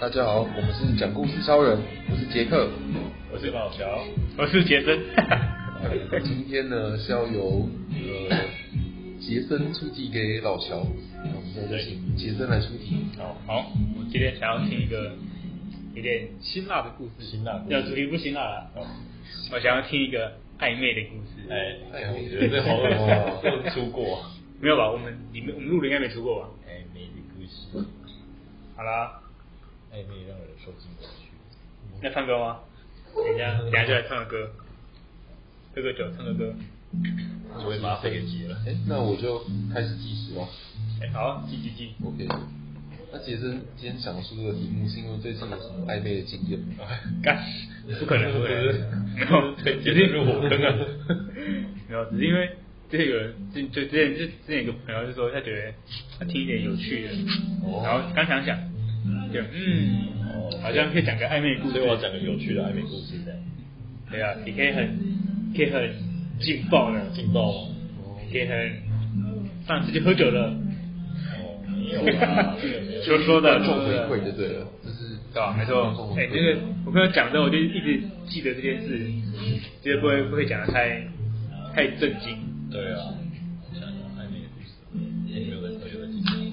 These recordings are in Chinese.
大家好，我们是讲故事超人，我是杰克。我是老乔，我是杰森。呃今天呢是要由呃杰森出题给老乔，那我们现在就请杰森来出题。好好，我今天想要听一个有点辛辣的故事。辛辣故事要主题不辛辣了。我想要听一个暧昧的故事。哎，哎我觉得这好哦恶心，这出过。没有吧？我们你们我们录的应该没出过吧？暧昧的故事，好啦，暧昧让人受尽委屈。嗯要唱歌吗？等一下，等一下就来唱个歌，喝个酒，唱个歌。我会把这个结了。哎，那我就开始计时吧。哎，好，记记记。 OK。那杰森今天想出这个题目，是因为最近有什么暧昧的经验吗？干，不可能，不可是 能，没有，推只荐是入火 坑啊没有，只是因为之前有人，之就之前就之前有个朋友就说他觉得他听一点有趣的，哦然后刚想想，就嗯，好像可以讲个暧昧故事，哦所以我要讲个有趣的暧昧故事，这样对啊，你可以很可以很劲爆的，劲爆吗？可以很上次就喝酒 了，哦，没有啦，没有没有。就说的观众回说的馈就对了，就是啊对吧、没错观众。哎、回馈这个我跟他讲的，我就一直记得这件事，就是不会不会讲的太太震惊。对啊，想想暧昧的故事，我没有在朋友的经验。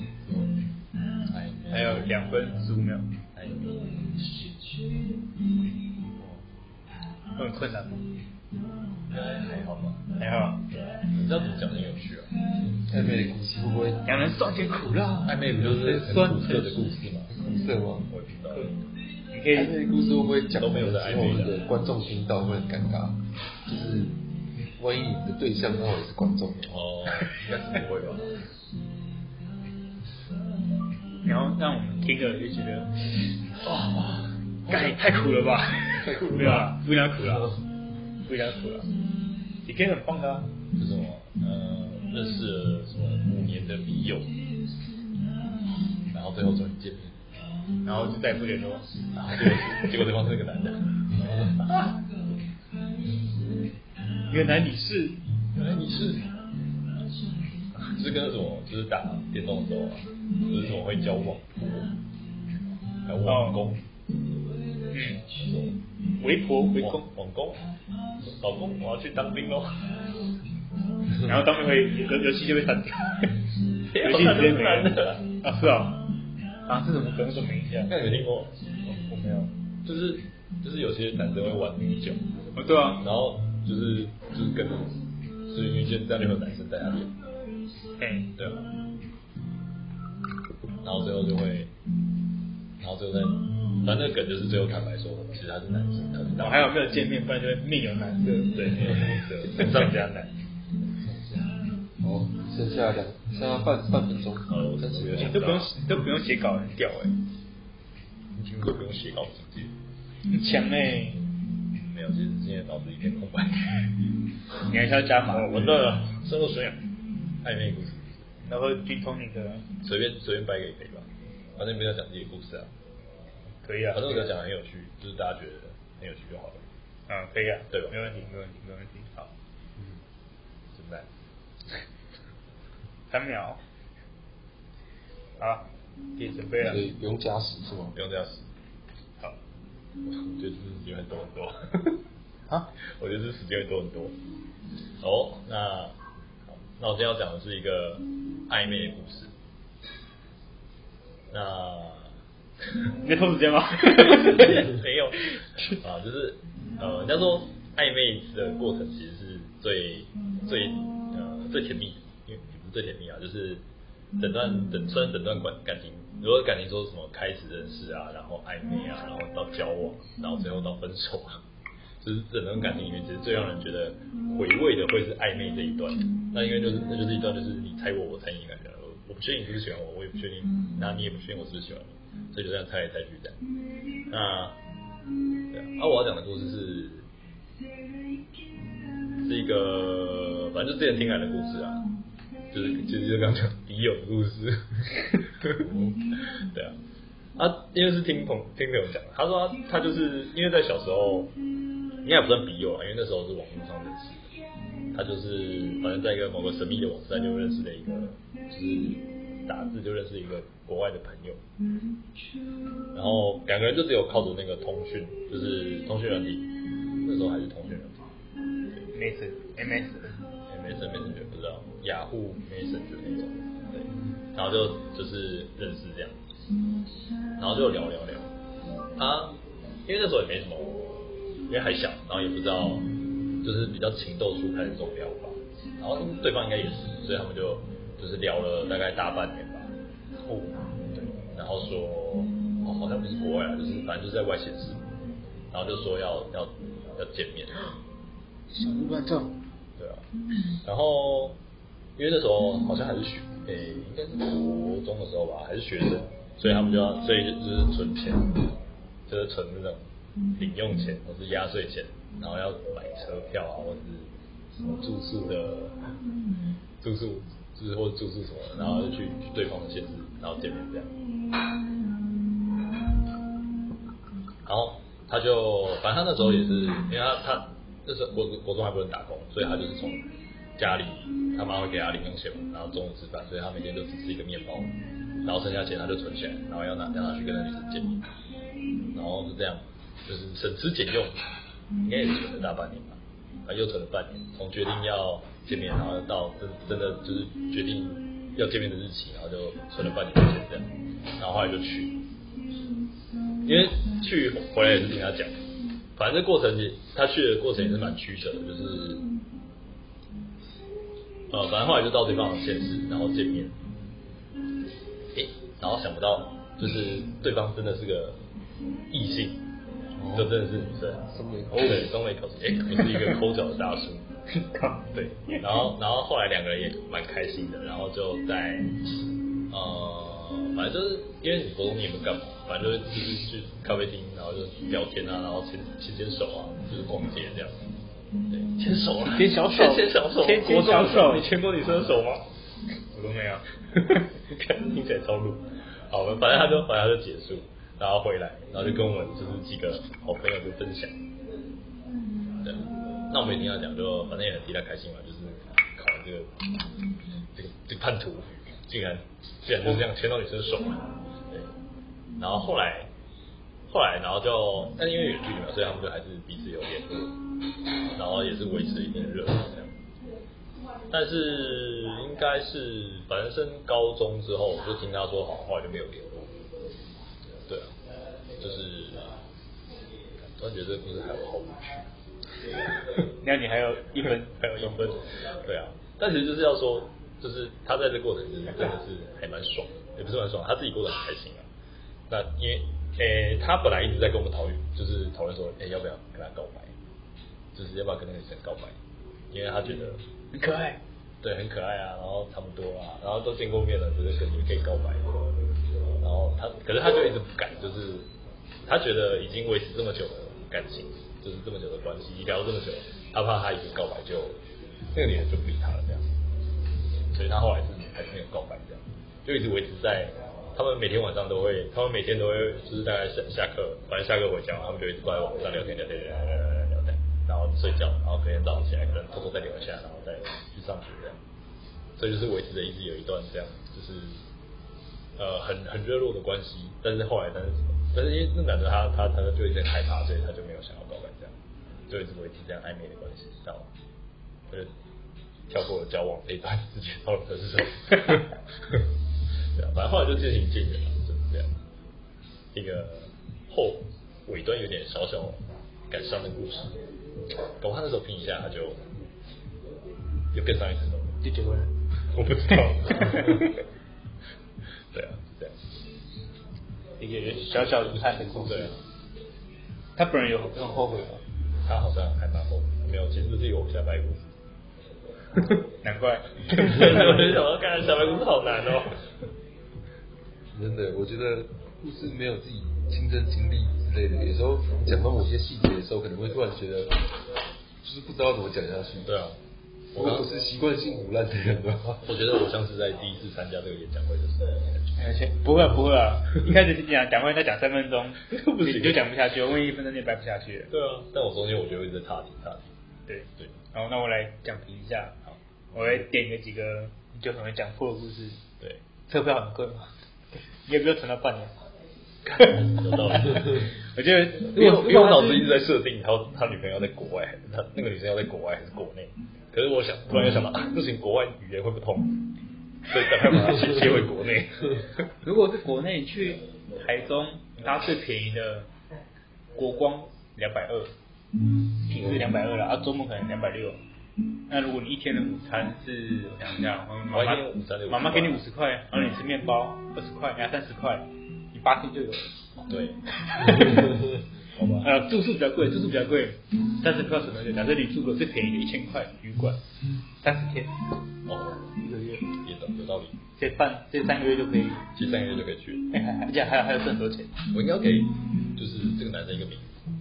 暧昧还有两分十五秒，暧昧，会很困难吗？还好吧？还好，你知道怎么讲很有趣啊？哎暧昧的故事会不会两人酸甜苦辣，暧昧不就是很苦涩的故事吗？苦涩吗？我也不知道，嗯你可以暧昧的故事会不会讲都没有的在时暧候，昧的那个观众听到会很尴尬？就是万一你的对象刚好也是观众的话，哦，应该是不会吧？然后让我们听了就觉得，哇，干太苦了吧？太苦了吧对吧？不一定要苦了，不一定要苦了，你可以很棒的、啊。是什么？呃，认识了什么五年的笔友，然后最后终于见面，然后就再也不联络。然啊 后就结果对方是个男的，原来你是原来你是，就是跟那什么，就是打电动的时候啊，就是什么会交网婆，还有网工，嗯，那种围婆围网攻，网工，老公我要去当兵喽， 然后当面会游游戏就被删 掉，没有游戏直接没那是男的了。啊，是啊，啊是什么梗？怎么一下？那你有听过？我没有。就是就是有些男生会玩女角，哦，对啊，然后就是就是跟，就是因为现在就有男生在那边。哎，对啊，然后最后就会，然后最后再，反正那个梗就是最后坦白说，其实他是男生，他是我男还有没有见面，不然就会命有难色。对， 身上加奶。好，哦剩下两剩下半半分钟，好了，我暂时有你想都到不用，你都不用写稿，很屌哎、你都不用写稿直接，很强哎、没有，其实现在脑子一片空白。 你还是要加码。哦，完蛋了，生活水养，暧昧故事，然后精通你的，随便随便掰给谁吧，反正不要讲自己的故事啊，可以啊。反正我只要讲得很有趣，就是大家觉得很有趣就好了，嗯，可以啊，对吧没问题，没问题，没问题。好，对不对？三秒。好了，可以准备了所。嗯以不用加时是吗不？用这样死，好，我觉得就是机会多很多。啊， 我觉得这时间会多很多。哦，那好那我今天要讲的是一个暧昧的故事。那你在偷时 间吗？没有啊，就是呃，人家说暧昧的过程其实是最最呃最甜蜜的，因为也不是最甜蜜啊，就是整段整虽然整段感感情，如果感情说什么开始认识啊，然后暧昧啊，然后到交往，然后最后到分手啊， 就是整段感情里面，其实最让人觉得回味的会是暧昧这一段。那因为就是那就是一段就是你猜我，我猜你的感觉，我我不确定你是不是喜欢我，我也不确定，那你也不确定我是不是喜欢你，所以就这样猜来猜去这样。那对啊，啊我要讲的故事是是一个反正就之前听来的故事啊，就是就是就刚讲笔友的故事， 对啊，啊因为是听朋听朋友讲的，他说他他就是因为在小时候应该也不算笔友啊，因为那时候是网络上认识的，他就是好像在一个某个神秘的网站就认识了一个，就是打字就认识一个国外的朋友，然后两个人就只有靠着那个通讯，就是通讯软体，那时候还是通讯软体哎没事，MS， ，MSN Messenger 不知道，雅虎 Messenger 那种，对，然后就就是认识这样，然后就聊聊聊，他因为那时候也没什么，因为还小，然后也不知道，就是比较情窦初开的这种聊法，然后对方应该也是，所以他们就就是聊了大概大半年吧，哦，对，然后说哦好像不是国外啊，就是反正就是在外县市，然后就说要要要见面。小鹿乱撞，对啊，然后因为那时候好像还是学，诶、应该是国中的时候吧，还是学生，所以他们就要，所以就是存钱，就是存那种零用钱或是压岁钱，然后要买车票啊，或是什么住宿的住宿，就是或者住宿什么的，然后就去去对方的县市，然后见面这样。然后他就，反正他那时候也是，因为他他那时候国国中还不能打工，所以他就是从家里他妈会给他零用钱嘛，然后中午吃饭，所以他每天就只吃一个面包，然后剩下钱他就存起来，然后要拿让他去跟那女生见面，然后就这样，就是省吃俭用，应该也存了大半年吧，啊又存了半年，从决定要见面，然后到真真的就是决定要见面的日期，然后就存了半年的钱这样，然后后来就去。因为去回来也是听他讲，反正这过程也他去的过程也是蛮曲折的，就是呃，反正后来就到对方的县市，然后见面，诶、然后想不到就是对方真的是个异性，哦就哦真的是女生，松了一口气对，松了一口气，诶、不是一个抠脚的大叔。靠，对，然后然后后来两个人也蛮开心的，然后就在呃，反正就是因为你国中你也没干嘛，反正就是去咖啡厅，然后就聊天啊，然后牵牵牵手啊，就是逛街这样。对，牵手啊，牵小手牵牵小手，牵牵国中的时候小手你牵过女生的手吗？我都没有， 听起来超路。好，我们反正他就反正他就结束，然后回来，然后就跟我们就是几个好朋友就分享。对，那我们一定要讲，就反正也很替他开心嘛，就是考完这个这个这个叛徒，竟然竟然就是这样牵到女生手了。对，然后后来后来然后就，但因为远距离嘛，所以他们就还是彼此有联络，然后也是维持一定的热度这样。但是应该是反正升高中之后，我就听他说好，后来就没有联络。对啊，就是突然觉得这个故事还有好无趣。那你还有一分，还有一分，对啊。但其实就是要说，就是他在这过程就是真的是还蛮爽的，也不是蛮爽，他自己过得很开心啊。那因为诶、他本来一直在跟我们讨论，就是讨论说，诶、要不要跟他告白，就是要不要跟那个女生告白，因为他觉得很可爱，对，很可爱啊，然后差不多啊，然后都见过面了，就是可以可以告白。然后他，可是他就一直不敢，就是他觉得已经维持这么久的感情，就是这么久的关系，聊这么久，他怕他一直告白就那个女人就不理他了这样，所以他后来是还是没有告白这样，就一直维持在他们每天晚上都会，他们每天都会就是大概下下课，反正下课回家嘛，他们就一直坐在网上聊天聊天聊天聊天聊天，然后睡觉，然后隔天早上起来可能偷偷再聊一下，然后再去上学这样，所以就是维持着一直有一段这样，就是呃很很热络的关系，但是后来但是但是因为那男的他他他就一直很害怕，所以他就没有想要告白这样，就一直维持这样暧昧的关系到呃跳过了交往这一段，直接到了分手。 对啊，反正后来就渐行渐远了，就是这样。一个后尾端有点小小感伤的故事，搞不好那时候拼一下他就又更上一层楼。就结婚了。 我不知道。啊对啊，是这样。一个小小遗憾的故对事啊。，他本人有很后悔吗？他好像还蛮后悔，没有，其实是我下白骨。 难怪。我就想到，看下白骨好难哦。真的，我觉得故事没有自己亲身经历之类的，有时候讲到某些细节的时候，可能会突然觉得就是不知道怎么讲下去。 对啊，如果不是习惯性腐烂的人的话，我觉得我像是在第一次参加这个演讲会的时候，，而且不会啊不会啊，一开始就讲讲会，再讲三分钟 不行你就讲不下去，我问一分钟你也掰不下去了。对啊，但我中间我觉得一直在岔题岔题，对对。然后那我来讲评一下，好，我来点个几个就很会讲破的故事。对，车票很贵 吗？应该不要存到半 年。有道理。我觉得因为我因为我脑子一直在在设定他他女朋友要在国外，他那个女生要在国外还是国内？可是我想突然又想到，啊，不行，国外语言会不通，所以赶快把它切切回国 内。 如果是国内去台中，它最便宜的国光两百二，平是两百二了，啊，周末可能两百六。那如果你一天的午餐是，我想一下，妈嗯我一妈天的午餐就妈妈50给你五十块，然后你吃面包二十块，然后三十块，你八天就有了。对， 好吧，呃，住宿比较贵，住宿比较贵，但是票什么的，假设你住个最便宜的一千块旅馆，三十天哦，一个月，也懂有道理，这半这三个月就可以，其实三个月就可以去。哎还而且还有还有剩很多钱。我应该要给就是这个男生一个名字，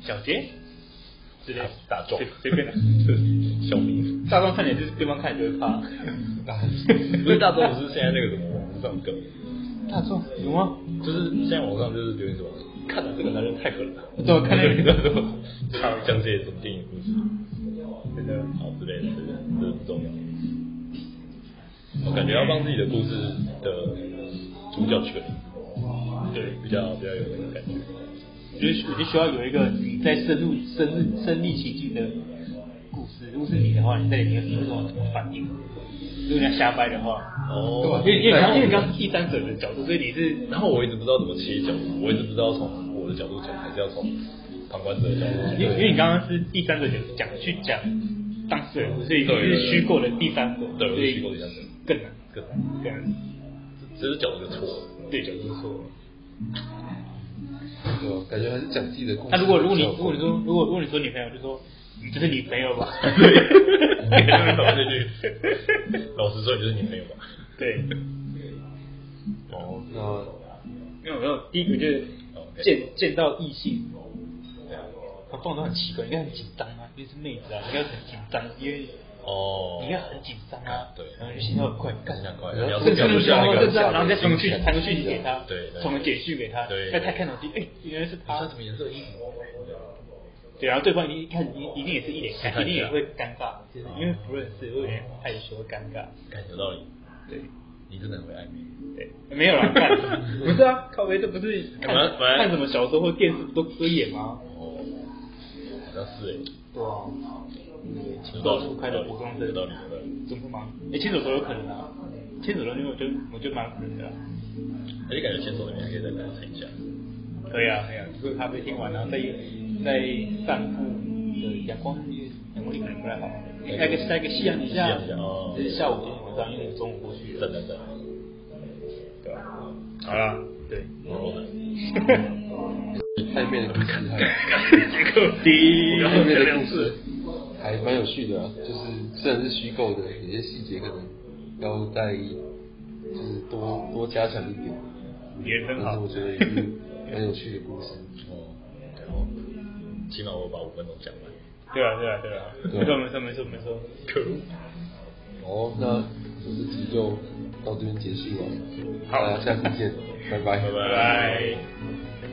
小杰之类的大壮随 随便的。小明，大壮看脸就是对方看你就会怕。 不是大壮，不是现在那个什么网络上梗，大壮有吗？就是现在网上就是流行什么，看了这个男人太狠了，我怎么看那个你知道吗？就是 讲解什么电影故事，真的，好之类的，这这不重要。我感觉要帮自己的故事的主角取个名字，对，比较比较有那个感觉。我觉得我就需要有一个你在深入、深入、身临其境的故事。如果是你的话，你在里面你会怎么怎么反应？如果你要瞎掰的话，哦因为因为刚因为啊刚刚是第三者的角度，所以你是然后我一直不知道怎么切角度，我一直不知道从我的角度讲，还是要从旁观者的角度讲。因为因为你刚刚是第三者角度讲去讲当事人，所以你对对是对虚构的第三者，对我所是以虚构的第三者更难，更难更难，只是角度就错了。对角度错了。对吧？感觉还是讲自己的故事。那如果如果你如果你说如果如果你说女朋友，就说你就是你朋友 吧。这句，老实说，你就是你朋友吧？对，哦，那因为我有第一个就是哦，OK 见见到异性，哦我动作很奇怪，应该很紧张啊，因为是妹子啊，应该很紧张，因为哦你应该很紧张啊，对然后就心跳很快，赶紧干赶快，然你后要这是个表是示这样像这这样那个，然后就是这样然后再传个讯息，传个讯息给他，对对传个简讯给他，对对再他看手机，哎，原来是他穿，什么颜色的衣服？对，然后对方一定一看一一定也是一脸看一下尴，一定也会尴尬，就是因为不认识，会有点害羞尴尬，看有道理，对。你真的很会暧昧。对，没有 啦，看，不是啊，靠背这不是看本来本来看什么小说或电视不都都演吗？哦，好像是哎，对啊，哎有情道理，窦初开的国中有生道理，有道理。怎么忙？哎，牵手都有可能啊，牵手的因为我觉得我觉得蛮可能的啊、而且感觉牵手里面还可以再来撑一下。可以啊，可以啊，去个咖啡厅玩，然后在在散步的阳光日，阳光日可能不太好，在个在个夕阳底哎下夕阳底下哦，就是下午跟晚上，因为我中午过去等的，等等，对吧？好啦， 对，然后呢？暧昧的故事还这个低，暧昧的故事还蛮有趣的啊，就是虽然是虚构的，有些细节可能要再就是多多加强一点，也但哦很是好我。觉得也是蛮有趣的故事。哦，然后起码我把五分钟讲完。对啊，对啊，对啊，没错，没错，没错，没错。可恶！哦，那我这集就到这边结束了，好大家下次见，拜拜，拜拜拜。